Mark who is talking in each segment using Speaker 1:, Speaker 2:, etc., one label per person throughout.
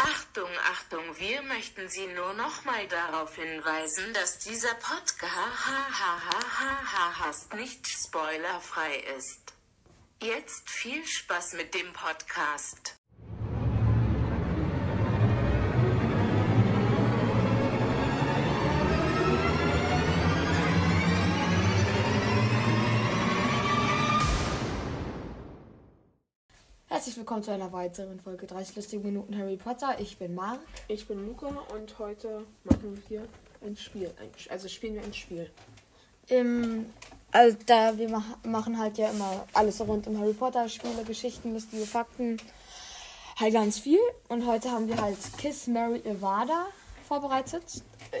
Speaker 1: Achtung, Achtung, wir möchten Sie nur nochmal darauf hinweisen, dass dieser Podcast nicht spoilerfrei ist. Jetzt viel Spaß mit dem Podcast.
Speaker 2: Herzlich willkommen zu einer weiteren Folge 30 lustige Minuten Harry Potter. Ich bin Marc.
Speaker 3: Ich bin Luca und heute machen wir ein Spiel. Ein, also spielen wir ein Spiel.
Speaker 2: Im, also da wir mach, machen halt ja immer alles rund um Harry Potter, Spiele, Geschichten, lustige Fakten, halt ganz viel. Und heute haben wir halt Kiss Mary Evada vorbereitet.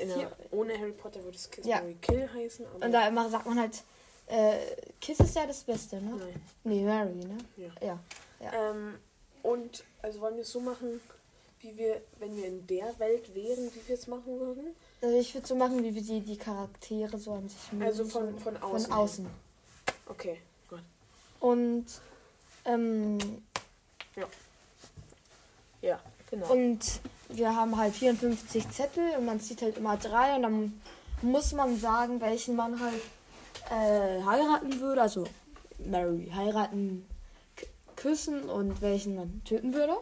Speaker 3: In
Speaker 2: Hier.
Speaker 3: einer, ohne Harry Potter würde es Kiss
Speaker 2: Ja.
Speaker 3: Mary Kill heißen, aber
Speaker 2: Und da immer sagt man halt, äh, Kiss ist ja das Beste, ne?
Speaker 3: nein.
Speaker 2: Nee, Mary, ne?
Speaker 3: Ja.
Speaker 2: Ja.
Speaker 3: Ähm, und also wollen wir es so machen, wie wir, wenn wir in der Welt wären, wie wir es machen würden.
Speaker 2: Also ich würde so machen, wie wir die, die Charaktere so an sich mögen.
Speaker 3: Also von-
Speaker 2: so,
Speaker 3: von außen
Speaker 2: Von
Speaker 3: her.
Speaker 2: außen.
Speaker 3: Okay, gut.
Speaker 2: Und, ähm,
Speaker 3: Ja, genau.
Speaker 2: Und wir haben halt 54 Zettel und man zieht halt immer drei und dann muss man sagen, welchen man halt äh, heiraten würde. Also Mary heiraten, k- küssen und welchen man töten würde.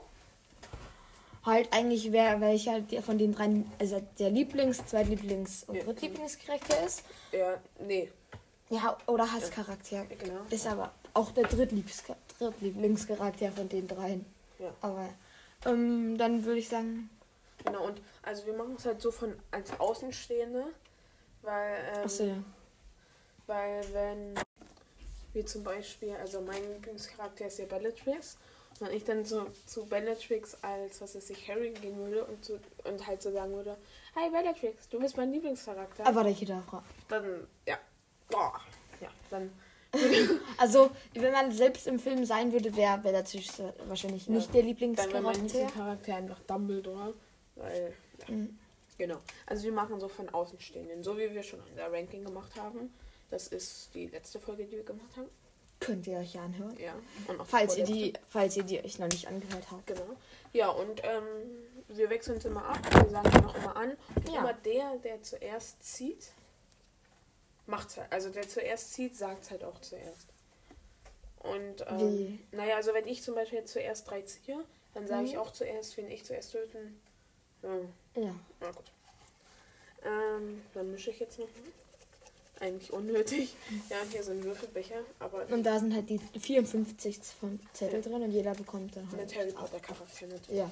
Speaker 2: Halt eigentlich wäre welcher halt der von den drei, also der Lieblings-, Zweitlieblings- und
Speaker 3: Ja.
Speaker 2: Drittlieblingscharakter ist.
Speaker 3: ja, nee,
Speaker 2: Ja, oder Hasscharakter.
Speaker 3: genau.
Speaker 2: Ist aber auch der Drittliebs Drittlieblingscharakter von den dreien.
Speaker 3: Ja.
Speaker 2: Aber ähm, dann würde ich sagen,
Speaker 3: Genau, und also wir machen es halt so von als Außenstehende, weil. Ähm,
Speaker 2: ach so, ja.
Speaker 3: Weil wenn wir zum Beispiel, also mein Lieblingscharakter ist ja Bellatrix, und wenn ich dann so zu Bellatrix als, was weiß ich, Harry gehen würde und, zu, und halt so sagen würde, Hi Bellatrix, du bist mein Lieblingscharakter,
Speaker 2: Aber der Kedavra.
Speaker 3: dann, ja, boah, ja, dann,
Speaker 2: Also, wenn man selbst im Film sein würde, wäre wär natürlich wahrscheinlich nicht der
Speaker 3: dann wäre mein
Speaker 2: Lieblingscharakter.
Speaker 3: Lieblingscharakter einfach Dumbledore, weil, ja,
Speaker 2: Mhm.
Speaker 3: genau. Also wir machen so von Außenstehenden, so wie wir schon unser Ranking gemacht haben. Das ist die letzte Folge, die wir gemacht haben,
Speaker 2: Könnt ihr euch ja anhören.
Speaker 3: ja. Und auch
Speaker 2: Falls ihr,
Speaker 3: vorletzte.
Speaker 2: die, falls ihr die euch noch nicht angehört habt.
Speaker 3: Genau. Ja, und ähm, wir wechseln es immer ab. Wir sagen dann auch immer an. Und
Speaker 2: Ja.
Speaker 3: Immer der, der zuerst zieht, macht's halt. Also der zuerst zieht, sagt's halt auch zuerst. Und ähm,
Speaker 2: Wie?
Speaker 3: naja, also wenn ich zum Beispiel jetzt zuerst drei ziehe, dann sage ich
Speaker 2: Mhm.
Speaker 3: auch zuerst, wen ich zuerst töten. Ja,
Speaker 2: Ja.
Speaker 3: na gut. Ähm, dann mische ich jetzt nochmal. Eigentlich unnötig. Ja, hier sind Würfelbecher, aber
Speaker 2: Hm. Und da sind halt die 54 von Zettel drin und jeder bekommt dann
Speaker 3: mit
Speaker 2: halt.
Speaker 3: Harry Potter Charakter natürlich.
Speaker 2: Ja,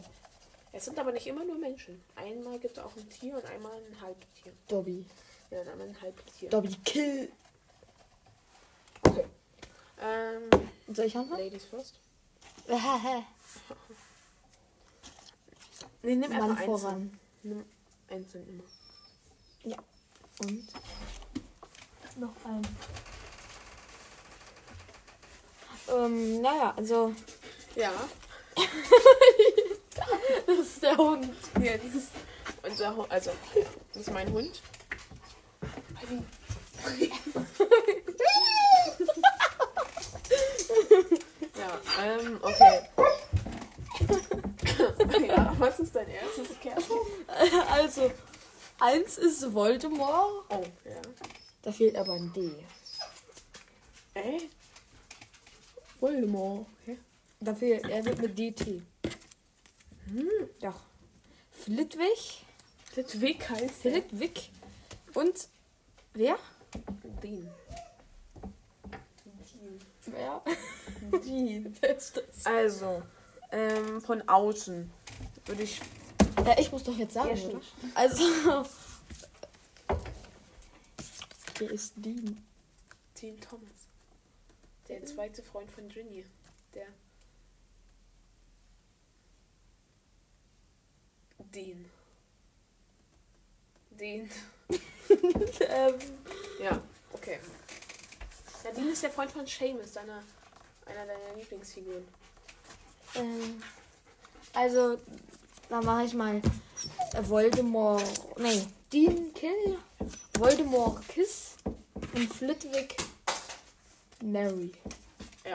Speaker 3: Es sind aber nicht immer nur Menschen. Einmal gibt es auch ein Tier und einmal ein Halbtier.
Speaker 2: Dobby.
Speaker 3: Ja, und einmal ein Halbtier.
Speaker 2: Dobby Kill.
Speaker 3: Okay. Ähm,
Speaker 2: Soll ich anfangen?
Speaker 3: Ladies first.
Speaker 2: Mann
Speaker 3: Nee, nimm einfach einzeln.
Speaker 2: voran.
Speaker 3: Nimm einzeln immer.
Speaker 2: Ja. Und? Noch ein. Ähm, naja, also.
Speaker 3: Ja.
Speaker 2: Das ist der Hund.
Speaker 3: Ja, dieses. Unser Hund. Also, das ist mein Hund. ja, ähm, okay. ja, was ist dein erstes Kerl?
Speaker 2: Also, eins ist Voldemort.
Speaker 3: Oh, ja.
Speaker 2: Da fehlt aber ein D.
Speaker 3: Ey. Voldemort. Hä?
Speaker 2: Da fehlt, er wird mit DT. Hm, doch. Flitwig.
Speaker 3: Ludwig heißt
Speaker 2: Flitwig. Und wer?
Speaker 3: Dean.
Speaker 2: Wer?
Speaker 3: Dean. Also, ähm, von außen würde ich.
Speaker 2: Ja, ich muss doch jetzt sagen,
Speaker 3: Ja, stimmt.
Speaker 2: oder? Also. Wer ist Dean?
Speaker 3: Dean Thomas. Der zweite Freund von Ginny. Der. Dean. Dean.
Speaker 2: ähm,
Speaker 3: Ja, okay. Ja, Dean ist der Freund von Seamus, deiner, einer deiner Lieblingsfiguren.
Speaker 2: ähm, also, da mache ich mal äh, Voldemort. Nee, Dean Kill, Voldemort Kiss und Flitwick Mary.
Speaker 3: Ja.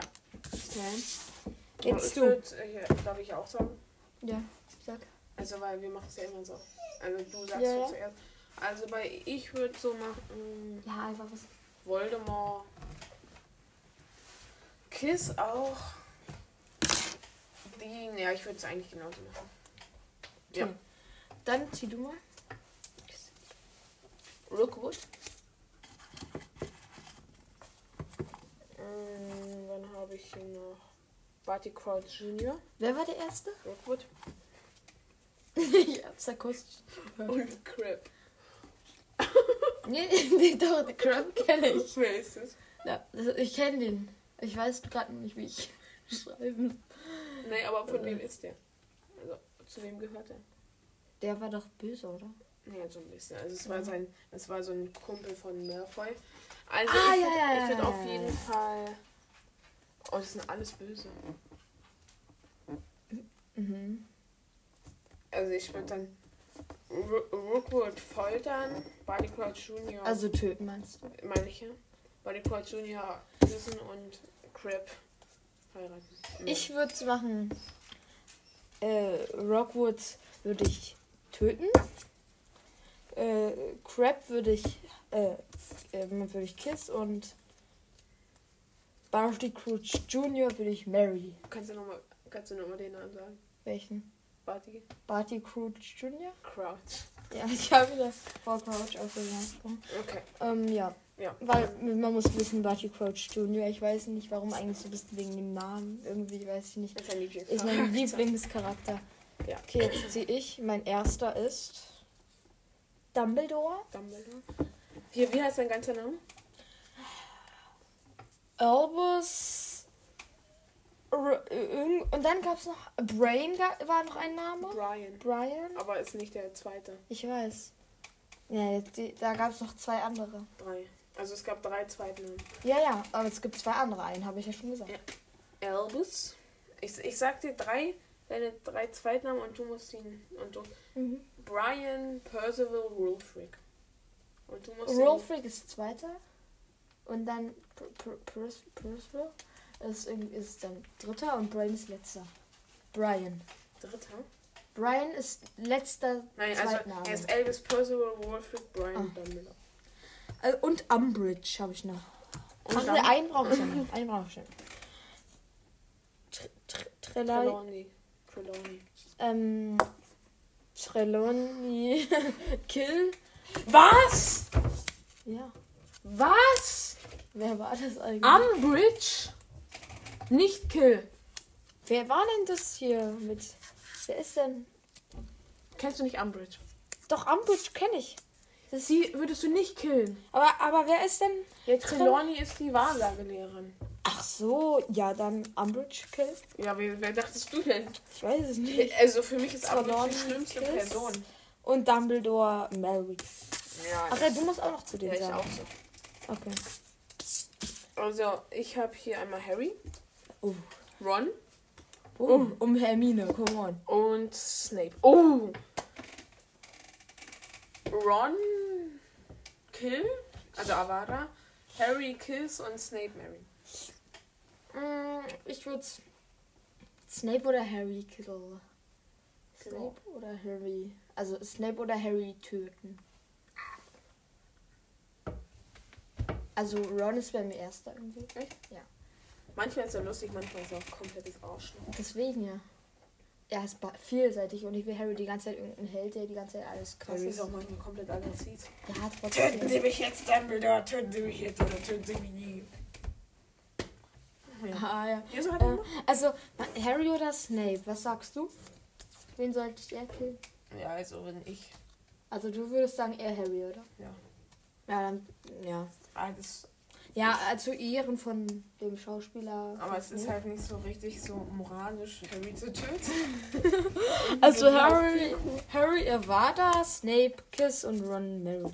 Speaker 2: Okay.
Speaker 3: Und ich
Speaker 2: Jetzt du.
Speaker 3: würd, äh, hier, darf ich auch sagen?
Speaker 2: Ja, sag.
Speaker 3: Also, weil wir machen es ja immer so. Also, du sagst
Speaker 2: Ja,
Speaker 3: es
Speaker 2: ja.
Speaker 3: zuerst. Also, bei ich würde so machen:
Speaker 2: Ja, einfach was.
Speaker 3: Voldemort. Kiss auch. Den, ja, ich würde es eigentlich genauso machen. Ja.
Speaker 2: Okay. Dann zieh du mal.
Speaker 3: Rookwood. Ähm, dann habe ich hier noch Barty Crouch Jr.
Speaker 2: Wer war der Erste?
Speaker 3: Rookwood.
Speaker 2: ich hab's akustisch.
Speaker 3: Und Crab.
Speaker 2: Nee, nee, doch, The Crab kenne ich.
Speaker 3: Wer ist das?
Speaker 2: Ja, das- ich kenne den. Ich weiß gerade nicht, wie ich schreiben.
Speaker 3: Nee, aber von wem ist der? Also, zu wem gehört er?
Speaker 2: Der war doch böse, oder?
Speaker 3: Nee, so ein bisschen. Also, es
Speaker 2: Mhm.
Speaker 3: war sein, es war so ein Kumpel von Malfoy. Also,
Speaker 2: Ah,
Speaker 3: ich
Speaker 2: ja,
Speaker 3: würd-
Speaker 2: ja, ja,
Speaker 3: ich würde
Speaker 2: ja,
Speaker 3: auf
Speaker 2: ja,
Speaker 3: jeden
Speaker 2: ja.
Speaker 3: Fall. Oh, das sind alles böse.
Speaker 2: Mhm.
Speaker 3: Also, ich würde dann Ro- Rookwood foltern, Barty Crouch Jr.
Speaker 2: Also töten meinst du?
Speaker 3: meine ich ja. Body Court Junior küssen und Crap heiraten.
Speaker 2: Ich würde es machen. Äh, Rockwood würde ich töten. Äh, Crab würde ich. Äh, äh, würde ich Kiss und. Barty Crouch Jr. würde ich Mary.
Speaker 3: Kannst du nochmal kannst du noch mal den Namen sagen?
Speaker 2: Welchen?
Speaker 3: Body
Speaker 2: Barty Crouch Jr.?
Speaker 3: Crouch.
Speaker 2: Ja, ich habe wieder vor Crouch aufgesagt.
Speaker 3: Okay.
Speaker 2: Ähm, ja.
Speaker 3: Ja.
Speaker 2: Weil man muss wissen, Barty Crouch Jr. Ich weiß nicht, warum eigentlich so bist wegen dem Namen. Irgendwie weiß ich nicht.
Speaker 3: Das ist ein Lieblings.
Speaker 2: Ist mein Lieblingscharakter.
Speaker 3: Ja.
Speaker 2: Okay, jetzt ziehe ich. Mein erster ist Dumbledore.
Speaker 3: Dumbledore. Hier, wie heißt dein ganzer Name?
Speaker 2: Albus. R irgend- und dann gab es noch. Brain ga- war noch ein Name.
Speaker 3: Brian.
Speaker 2: Brian.
Speaker 3: Aber ist nicht der zweite.
Speaker 2: Ich weiß. Ja, die, da gab es noch zwei andere.
Speaker 3: Drei. Also es gab drei Zweitnamen.
Speaker 2: Ja, ja, aber es gibt zwei andere. Einen habe ich ja schon gesagt.
Speaker 3: Ja. Albus. Ich, ich sag dir drei, deine drei Zweitnamen und du musst ihn. Und du.
Speaker 2: Mhm.
Speaker 3: Brian Percival Rulfric. Und du musst
Speaker 2: Roll Freak ist zweiter. Und dann Pr- Pr- Pris- Percival ist, irgendwie- ist dann dritter und Brian ist letzter. Brian.
Speaker 3: ihn. Dritter.
Speaker 2: Brian ist letzter
Speaker 3: Nein, also
Speaker 2: Zweitname.
Speaker 3: er ist Elvis Percival Warfield Brian Dumbledore.
Speaker 2: Äh, und Umbridge habe ich noch.
Speaker 3: Und
Speaker 2: Ach, ne,
Speaker 3: dann
Speaker 2: einen brauche ich ja noch. Einen brauche ich ja noch. Tr- Tr- Trela-
Speaker 3: Trelawney. Trelawney.
Speaker 2: ähm, Trelawney Kill.
Speaker 3: Was?
Speaker 2: Ja.
Speaker 3: Was?
Speaker 2: Wer war das eigentlich?
Speaker 3: Umbridge? Nicht Kill.
Speaker 2: Wer war denn das hier mit? Wer ist denn?
Speaker 3: Kennst du nicht Umbridge?
Speaker 2: Doch, Umbridge kenne ich. Das ist,
Speaker 3: Die würdest du nicht killen.
Speaker 2: aber, aber wer ist denn?
Speaker 3: Ja, Trelawney ist die Wahrsagelehrerin.
Speaker 2: Ach so, ja, dann Umbridge Kill.
Speaker 3: Ja, wer, wer dachtest du denn?
Speaker 2: Ich weiß es nicht.
Speaker 3: Also für mich ist Umbridge
Speaker 2: Trelawney
Speaker 3: die schlimmste
Speaker 2: Kiss.
Speaker 3: Person.
Speaker 2: Und Dumbledore Mary.
Speaker 3: Ja,
Speaker 2: Ach ja, du musst auch noch zu
Speaker 3: ja,
Speaker 2: denen
Speaker 3: ich auch
Speaker 2: sagen.
Speaker 3: so.
Speaker 2: Okay.
Speaker 3: Also, ich habe hier einmal Harry,
Speaker 2: Oh.
Speaker 3: Ron
Speaker 2: Oh, um Hermine, come on.
Speaker 3: und Snape. Oh! Ron Kill, also Avada, Harry Kiss und Snape Mary.
Speaker 2: Äh, Ich würde Snape oder Harry kill.
Speaker 3: Genau.
Speaker 2: Snape oder Harry. Also Snape oder Harry töten. Also Ron ist bei mir erster irgendwie.
Speaker 3: Manchmal ist er lustig, manchmal ist er auch komplettes Arschloch.
Speaker 2: Deswegen ja. Er ist ba- vielseitig und ich will Harry die ganze Zeit irgendeinen Held, der die ganze Zeit alles krass
Speaker 3: Harry
Speaker 2: ist.
Speaker 3: ist auch manchmal komplett aggressiv.
Speaker 2: Der hat trotzdem.
Speaker 3: mich jetzt, Dumbledore, töten Sie mich jetzt oder töten Sie mich nie.
Speaker 2: Ah, ja.
Speaker 3: Wieso hat er
Speaker 2: Äh,
Speaker 3: gemacht?
Speaker 2: also Harry oder Snape, was sagst du? Wen sollte ich eher killen?
Speaker 3: Ja, also wenn ich.
Speaker 2: Also du würdest sagen eher Harry, oder?
Speaker 3: Ja.
Speaker 2: Ja, dann, ja.
Speaker 3: Ah, das,
Speaker 2: Ja, äh, zu Ehren von dem Schauspieler. Hm?
Speaker 3: aber es ist halt nicht so richtig so moralisch, Harry zu töten.
Speaker 2: also Harry, Harry Avada, Snape, Kiss und Ron Mary.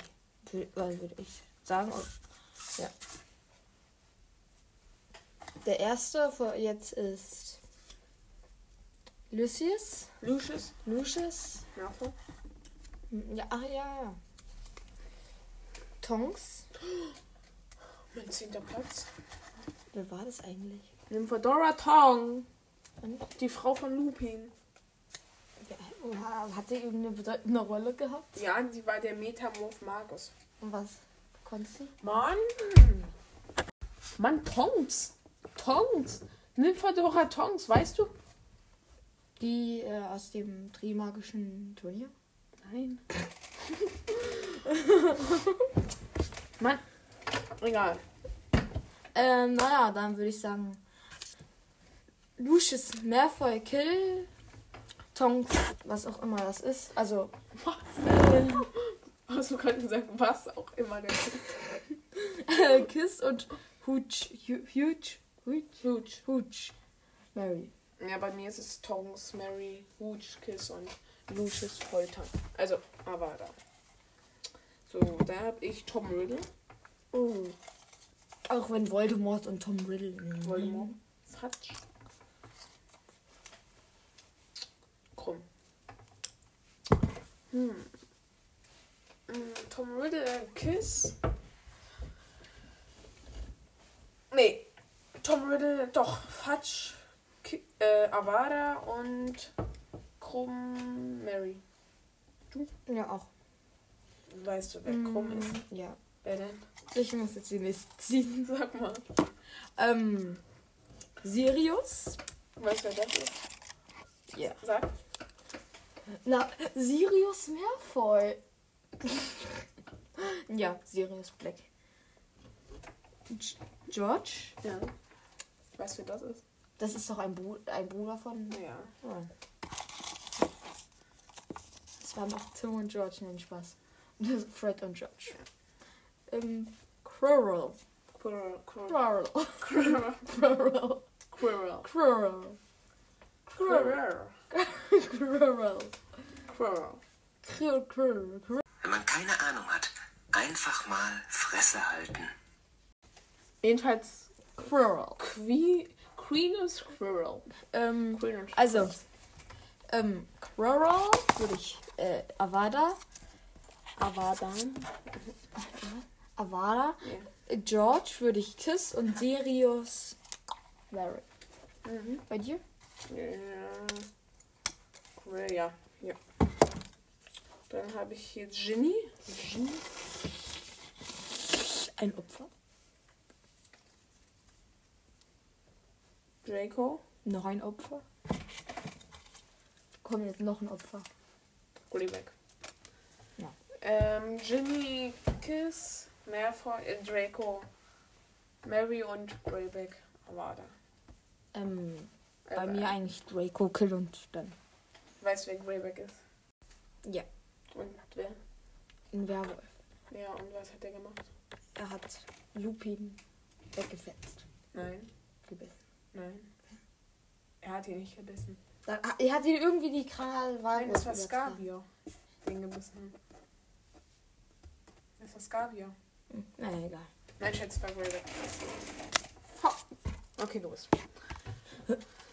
Speaker 2: Wür- Also würde ich sagen. und- Ja. Der erste für jetzt ist Lucius.
Speaker 3: Lucius,
Speaker 2: Lucius. hm,
Speaker 3: Malfoy,
Speaker 2: Ja, ach ja, ja. Tonks.
Speaker 3: mein zehnter Platz.
Speaker 2: Wer war das eigentlich?
Speaker 3: Nymphadora Tong,
Speaker 2: Und,
Speaker 3: die Frau von Lupin.
Speaker 2: wer, Oha, hat die irgendeine bedeutende Rolle gehabt?
Speaker 3: Ja, die war der Metamorph Magus.
Speaker 2: Und was konnte sie?
Speaker 3: Mann! Mann, Tongs! Tongs! Nymphadora Tongs, weißt du?
Speaker 2: Die äh, aus dem Trimagischen Turnier?
Speaker 3: Nein. Mann! Egal.
Speaker 2: Ähm, naja, dann würde ich sagen: Lucius Malfoy Kill, Tonks, was auch immer das ist. Also,
Speaker 3: Was wir könnten sagen, was auch immer der
Speaker 2: äh, Kiss und Hooch, Hu- Huge, Huge,
Speaker 3: Huge.
Speaker 2: Huge, Mary.
Speaker 3: Ja, bei mir ist es Tongs, Mary, Hooch, Kiss und Lucius Foltern. Also, Avada. So, da habe ich Tom Riddle.
Speaker 2: Oh. Auch wenn Voldemort und Tom Riddle.
Speaker 3: Voldemort. Fatsch. Krumm. Hm. Hm, Tom Riddle, äh, Kiss. Nee. Tom Riddle, doch, Fatsch, Ki äh, Avada und Krumm Mary.
Speaker 2: Ja, auch.
Speaker 3: Weißt du, wer Krumm ist?
Speaker 2: Ja.
Speaker 3: Wer denn?
Speaker 2: Ich muss jetzt die nächste ziehen.
Speaker 3: Sag mal.
Speaker 2: Ähm, Sirius?
Speaker 3: Weißt du, wer das ist?
Speaker 2: Ja.
Speaker 3: Sag.
Speaker 2: Na, Sirius Malfoy. ja, Sirius Black. G George?
Speaker 3: Ja. Weißt du, wer das ist?
Speaker 2: Das ist doch ein, Bru ein Bruder von...
Speaker 3: Ja.
Speaker 2: Ja. Das waren auch Tim und George, nein, Spaß. Fred und George. Ähm, Quirrell.
Speaker 3: Quirrell. Quirrell.
Speaker 2: Quirrell. Quirrell.
Speaker 3: Quirrell. Quirrell.
Speaker 2: Quirrell. Quirrell. Quirrell.
Speaker 3: Quirrell. Quirrell.
Speaker 2: Quirrell. Quirrell.
Speaker 4: Wenn man keine Ahnung hat, einfach mal Fresse halten.
Speaker 3: Jedenfalls
Speaker 2: Quirrell.
Speaker 3: Queen, Queen und Squirrel.
Speaker 2: Ähm,
Speaker 3: Queen und
Speaker 2: also, ähm, Quirrell würde ich, äh, Avada,
Speaker 3: Avada.
Speaker 2: Avada, äh, George würde ich Kiss und Sirius Larry.
Speaker 3: Mhm.
Speaker 2: Bei dir?
Speaker 3: Ja. Quirrell, ja. ja. Dann habe ich hier Ginny. Ginny.
Speaker 2: Ein Opfer.
Speaker 3: Draco.
Speaker 2: Noch ein Opfer. Komm, jetzt noch ein Opfer.
Speaker 3: Gulliback.
Speaker 2: Ja.
Speaker 3: Ähm, Ginny, Kiss, Malfoy, äh, Draco, Mary und Greyback. Avada.
Speaker 2: Ähm,
Speaker 3: Äh,
Speaker 2: bei mir eigentlich Draco, Kill und dann.
Speaker 3: Weißt du, wer Greyback ist?
Speaker 2: Ja.
Speaker 3: Und wer?
Speaker 2: Ein Werwolf.
Speaker 3: Ja, und was hat er gemacht?
Speaker 2: Er hat Lupin weggefetzt.
Speaker 3: Nein,
Speaker 2: Gebissen.
Speaker 3: nein. Er hat ihn nicht gebissen.
Speaker 2: Dann, ah, er hat ihn irgendwie die Kralwagen.
Speaker 3: Nein, es war Skavio, den gebissen hat. Es war Skavio.
Speaker 2: Na egal.
Speaker 3: Nein, Schatz, es war Greyback.
Speaker 2: Ha.
Speaker 3: Okay, du bist.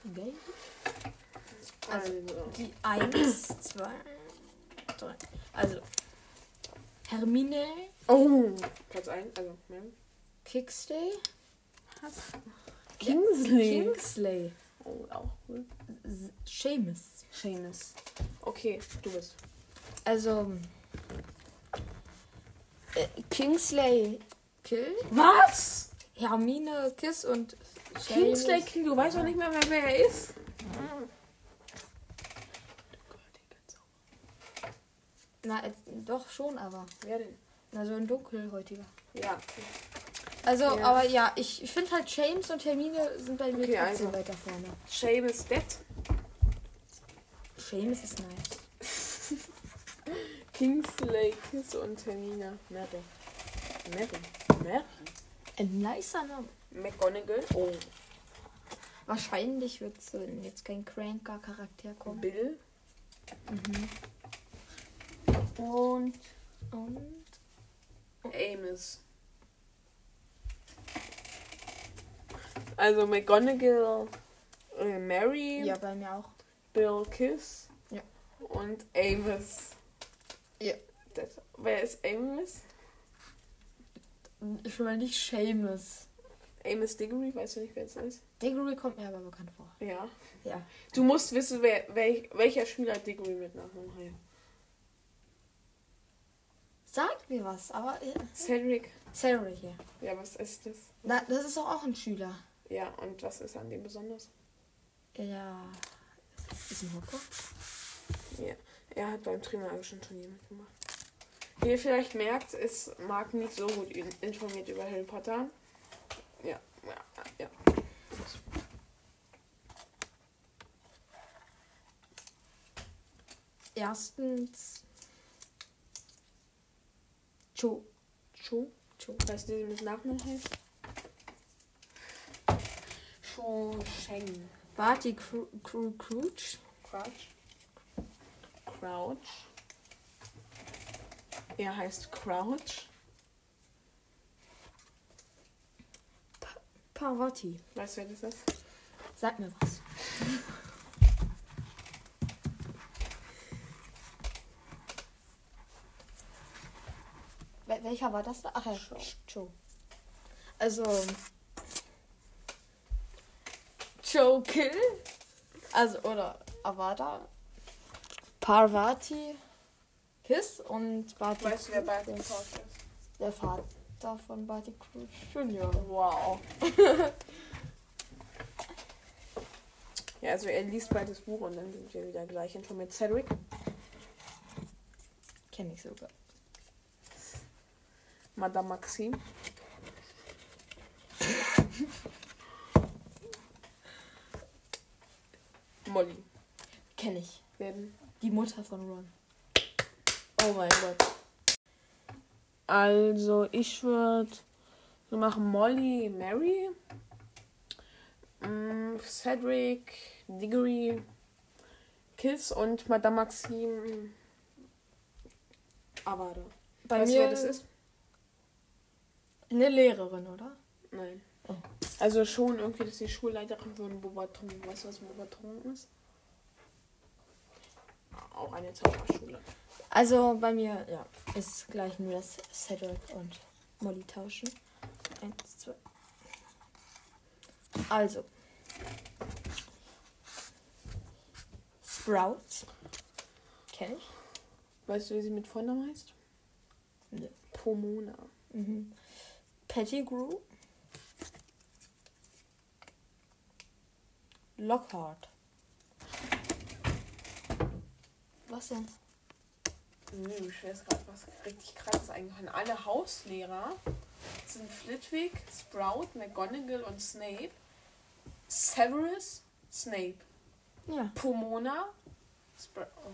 Speaker 2: Okay.
Speaker 3: Also,
Speaker 2: Die 1, 2, 3. Also. Hermine,
Speaker 3: oh, Platz 1, also, Mary.
Speaker 2: Kingsley,
Speaker 3: Was? Kingsley.
Speaker 2: Kingsley,
Speaker 3: Oh, auch cool.
Speaker 2: S- Seamus.
Speaker 3: Seamus. Okay, du bist.
Speaker 2: Also. Äh, Kingsley Kill,
Speaker 3: Was?
Speaker 2: Hermine Kiss und Seamus.
Speaker 3: Kingsley King, du weißt doch nicht mehr, wer, wer er ist.
Speaker 2: Na, äh, doch schon, aber.
Speaker 3: Wer denn?
Speaker 2: Na, so ein dunkelhäutiger.
Speaker 3: Ja,
Speaker 2: Also,
Speaker 3: Ja.
Speaker 2: aber ja, ich finde halt James und Hermine sind bei mir
Speaker 3: Okay,
Speaker 2: trotzdem
Speaker 3: also.
Speaker 2: weiter vorne.
Speaker 3: Seamus dead.
Speaker 2: James ist nice.
Speaker 3: Kingsley, Kiss und Termina. Mary. Mary. Mary.
Speaker 2: Ein nicer Name.
Speaker 3: McGonagall. Oh.
Speaker 2: Wahrscheinlich wird so jetzt kein cranker Charakter kommen.
Speaker 3: Bill.
Speaker 2: Mhm. Und. ähm, Und.
Speaker 3: Amos. Also McGonagall, äh, Mary,
Speaker 2: Ja, bei mir auch.
Speaker 3: Bill Kiss
Speaker 2: Ja.
Speaker 3: und Amos.
Speaker 2: Ja.
Speaker 3: Das, wer ist Amos?
Speaker 2: Ich will nicht Seamus.
Speaker 3: Amos Diggory, weißt du nicht, wer das ist?
Speaker 2: Diggory kommt mir aber bekannt vor.
Speaker 3: Ja.
Speaker 2: Ja.
Speaker 3: Du musst wissen, wer, welch, welcher Schüler Diggory mit Nachnamen heißt.
Speaker 2: Sagt mir was, aber. äh,
Speaker 3: Cedric.
Speaker 2: Sarah hier.
Speaker 3: Ja, was ist das?
Speaker 2: Na, das ist doch auch ein Schüler.
Speaker 3: Ja, und was ist an dem besonders?
Speaker 2: Ja. Ist ein Hocker?
Speaker 3: Ja. Er hat beim Trimagischen Turnier mitgemacht. Wie ihr vielleicht merkt, ist Marc nicht so gut in- informiert über Harry Potter. Ja, ja, ja.
Speaker 2: Erstens. Cho. Cho? Cho.
Speaker 3: Weißt du, wie sie mit Nachnamen heißt? Shu Sheng.
Speaker 2: Barty Cru Cru Crouch.
Speaker 3: Crouch. Crouch. Er heißt Crouch.
Speaker 2: Parvati.
Speaker 3: Weißt du, wer das ist?
Speaker 2: Sag mir was. Wel- Welcher war das da? Ach ja,
Speaker 3: Cho.
Speaker 2: Joe. Also. Joe Kill? Also, oder Avada. Parvati. Kiss und Barty.
Speaker 3: Weißt du, wer
Speaker 2: Crouch,
Speaker 3: Barty
Speaker 2: der-
Speaker 3: Crouch ist?
Speaker 2: Der Vater von Barty Crouch Junior.
Speaker 3: Wow. ja, also er liest bald das Buch und dann sind wir wieder gleich informiert. Cedric.
Speaker 2: Kenne ich sogar.
Speaker 3: Madame Maxim. Molly.
Speaker 2: Kenne ich.
Speaker 3: Werden.
Speaker 2: Die Mutter von Ron.
Speaker 3: Oh mein Gott. Also, ich würde. Wir machen Molly, Mary. Mm, Cedric, Diggory, Kiss und Madame Maxim. Avada.
Speaker 2: Bei
Speaker 3: weißt du,
Speaker 2: mir
Speaker 3: wer das ist?
Speaker 2: eine Lehrerin, oder?
Speaker 3: Nein.
Speaker 2: Oh.
Speaker 3: Also schon irgendwie, dass die Schulleiterin von Bobaton. Weißt du, was Bobaton ist? Auch eine Zauberschule.
Speaker 2: Also bei mir, ja, ist gleich nur das Cedric und Molly tauschen. Eins, zwei. Also. Sprout. Kenn ich.
Speaker 3: Weißt du, wie sie mit Vornamen heißt?
Speaker 2: Nee.
Speaker 3: Pomona.
Speaker 2: Mhm. Pettigrew. Lockhart. Was denn?
Speaker 3: Nö, ich weiß gerade was richtig krasses eingefallen. Alle Hauslehrer sind Flitwick, Sprout, McGonagall und Snape. Severus, Snape.
Speaker 2: Ja.
Speaker 3: Pomona, Sprout. Oh.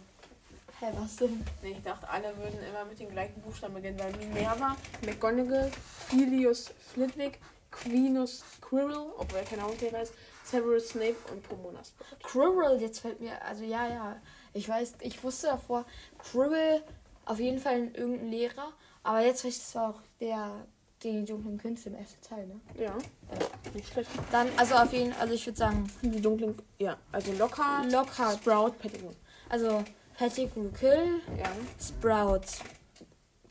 Speaker 2: Hä, was denn?
Speaker 3: Nee, ich dachte, alle würden immer mit den gleichen Buchstaben beginnen, weil Minerva, McGonagall, Filius Flitwick, Quinus Quirrell, obwohl er keine Hauslehrer ist, Severus Snape und Pomona Sprout.
Speaker 2: Quirrell, jetzt fällt mir, also ja, ja, ich weiß, ich wusste davor, Quirrell auf jeden Fall irgendein Lehrer, aber jetzt weiß ich, das war auch der, die dunklen Künste im ersten Teil, ne?
Speaker 3: Ja, Äh, nicht schlecht.
Speaker 2: Dann, also auf jeden also ich würde sagen,
Speaker 3: Die dunklen, ja, also Lockhart,
Speaker 2: Lockhart,
Speaker 3: Sprout, Pettigrew.
Speaker 2: also Pettigrew Kill,
Speaker 3: Ja.
Speaker 2: Sprout,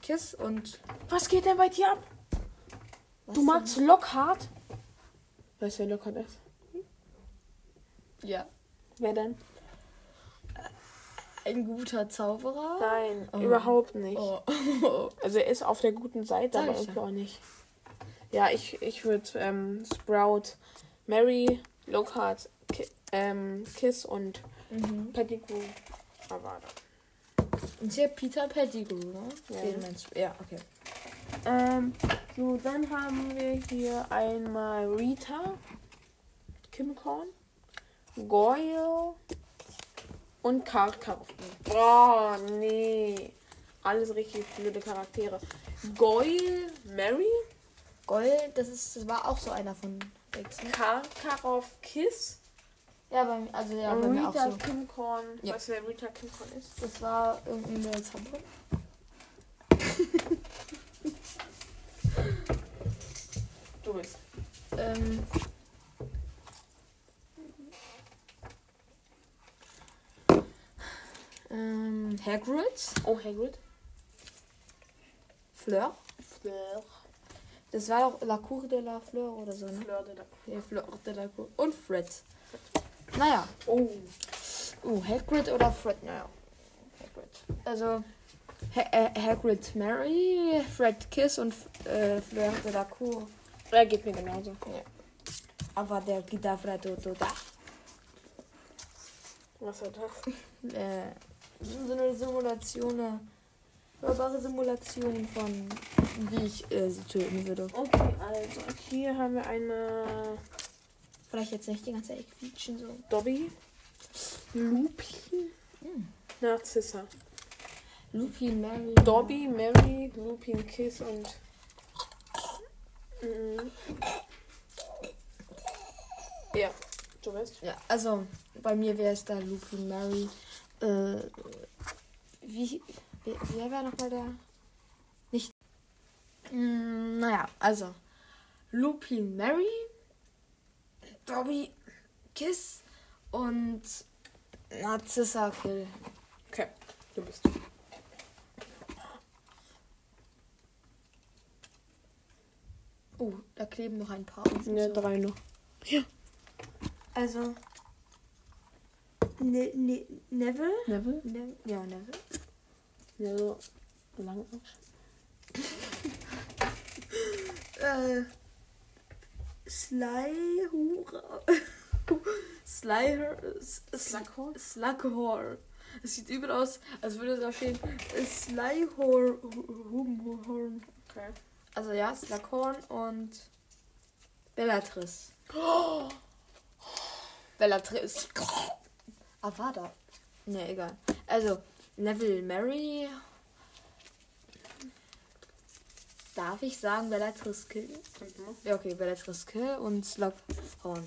Speaker 2: Kiss und,
Speaker 3: Was geht denn bei dir ab?
Speaker 2: was
Speaker 3: Du magst Lockhart? Weißt du, wer Lockhart ist?
Speaker 2: denn? Ja.
Speaker 3: Wer denn?
Speaker 2: Ein guter Zauberer?
Speaker 3: Ah. Nein,
Speaker 2: Oh.
Speaker 3: überhaupt nicht.
Speaker 2: Oh.
Speaker 3: Also er ist auf der guten Seite,
Speaker 2: Sag
Speaker 3: aber
Speaker 2: ich
Speaker 3: irgendwie
Speaker 2: ja.
Speaker 3: auch nicht. Ja, ich, ich würde ähm, Sprout, Mary, Lockhart, Ki ähm, Kiss und
Speaker 2: mhm.
Speaker 3: Pettigrew Avada.
Speaker 2: Und hier Peter Pettigrew, ne?
Speaker 3: Ja.
Speaker 2: Den meinst du? Ja, okay.
Speaker 3: Ähm, so, dann haben wir hier einmal Rita, Kim Korn, Goyle und Karl Karoff. Boah, nee. Alles richtig blöde Charaktere. Goyle, Mary,
Speaker 2: Gold, das ist, das war auch so einer von ne? Wechsel.
Speaker 3: Karl Karoff, Kiss.
Speaker 2: Ja, bei mir, also ja, bei mir auch
Speaker 3: Rita
Speaker 2: so.
Speaker 3: Kimcorn.
Speaker 2: Ja.
Speaker 3: Weißt du, wer Rita Kimcorn ist?
Speaker 2: Das war irgendeine Zauberin.
Speaker 3: Du bist.
Speaker 2: Ähm. Ähm, Hagrid,
Speaker 3: Oh, Hagrid.
Speaker 2: Fleur,
Speaker 3: Fleur.
Speaker 2: Das war doch La Cour de la Fleur oder so, ne?
Speaker 3: Fleur de la
Speaker 2: Ja, Fleur de la Cour. Und Fred. Naja.
Speaker 3: Oh,
Speaker 2: Uh, Hagrid oder Fred? Naja. Hagrid. Also, ha äh, Hagrid Mary, Fred Kiss und äh, Fleur de la Cour.
Speaker 3: er geht mir genauso.
Speaker 2: Aber der Gitafra Toto da.
Speaker 3: Was war das?
Speaker 2: Äh, so eine Simulation, hörbare Simulation von, wie ich äh, sie töten würde.
Speaker 3: Okay, also hier haben wir eine
Speaker 2: Vielleicht jetzt nicht die ganze Zeit quietschen so.
Speaker 3: Dobby, Lupin, Hm. Narzissa.
Speaker 2: Lupin, Mary.
Speaker 3: Dobby, Mary, Lupin, Kiss und. Mhm. Ja, du weißt.
Speaker 2: Ja, also bei mir wäre es da Lupin, Mary. Äh, wie, wer, wer wäre nochmal da? Nicht. Mm, naja, also Lupin, Mary, Dobby, Kiss und Narzissa Kill.
Speaker 3: Okay, du bist.
Speaker 2: Oh, da kleben noch ein paar. und so.
Speaker 3: drei noch.
Speaker 2: Also ne, ne, Neville?
Speaker 3: Neville?
Speaker 2: Ne, ja, Neville.
Speaker 3: Ja, so lang auch.
Speaker 2: Äh, Sly Hura. Sly
Speaker 3: Slughorn?
Speaker 2: Slughor. Es sieht übel aus, als würde da stehen äh, Slyhor Hu- Hum- Horn.
Speaker 3: Okay.
Speaker 2: Also ja, Slughorn und Bellatrix. Bellatrix. Ah, Avada. Ne, egal. Also, Neville Mary. Darf ich sagen, Bellatrix Kill? Ja, okay, Bellatrix Kill und Slughorn.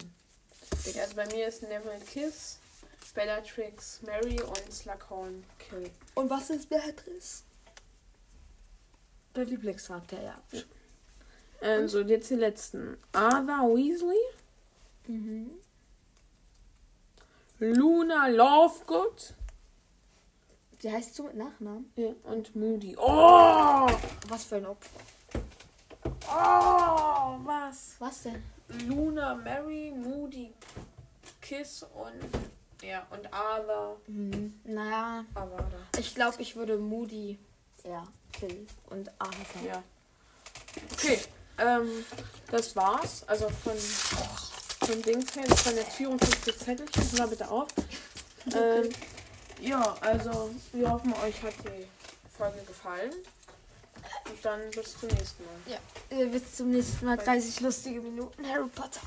Speaker 3: Digga, also bei mir ist Neville Kiss, Bellatrix, Mary und Slughorn Kill.
Speaker 2: Und was ist Bellatrix? Der Lieblingscharakter, ja.
Speaker 3: Ähm, so, jetzt die letzten. Arthur Weasley,
Speaker 2: Mhm.
Speaker 3: Luna Lovegood
Speaker 2: Die heißt so mit Nachnamen.
Speaker 3: und Moody. Oh!
Speaker 2: Was für ein Opfer.
Speaker 3: Oh, was?
Speaker 2: Was denn?
Speaker 3: Luna, Mary, Moody, Kiss und. Ja, und Ada.
Speaker 2: Mhm. Naja,
Speaker 3: Avada.
Speaker 2: Ich glaube, ich würde Moody ja, killen und Arthur.
Speaker 3: Ja. Okay, ähm, das war's. Also von, von Dings her, von der Führung des Zettelchen. Pass mal bitte auf. Ähm, ja, also wir hoffen, euch hat die Folge gefallen. Und dann bis zum nächsten Mal.
Speaker 2: Ja. Äh, Bis zum nächsten Mal. 30 lustige Minuten Harry Potter.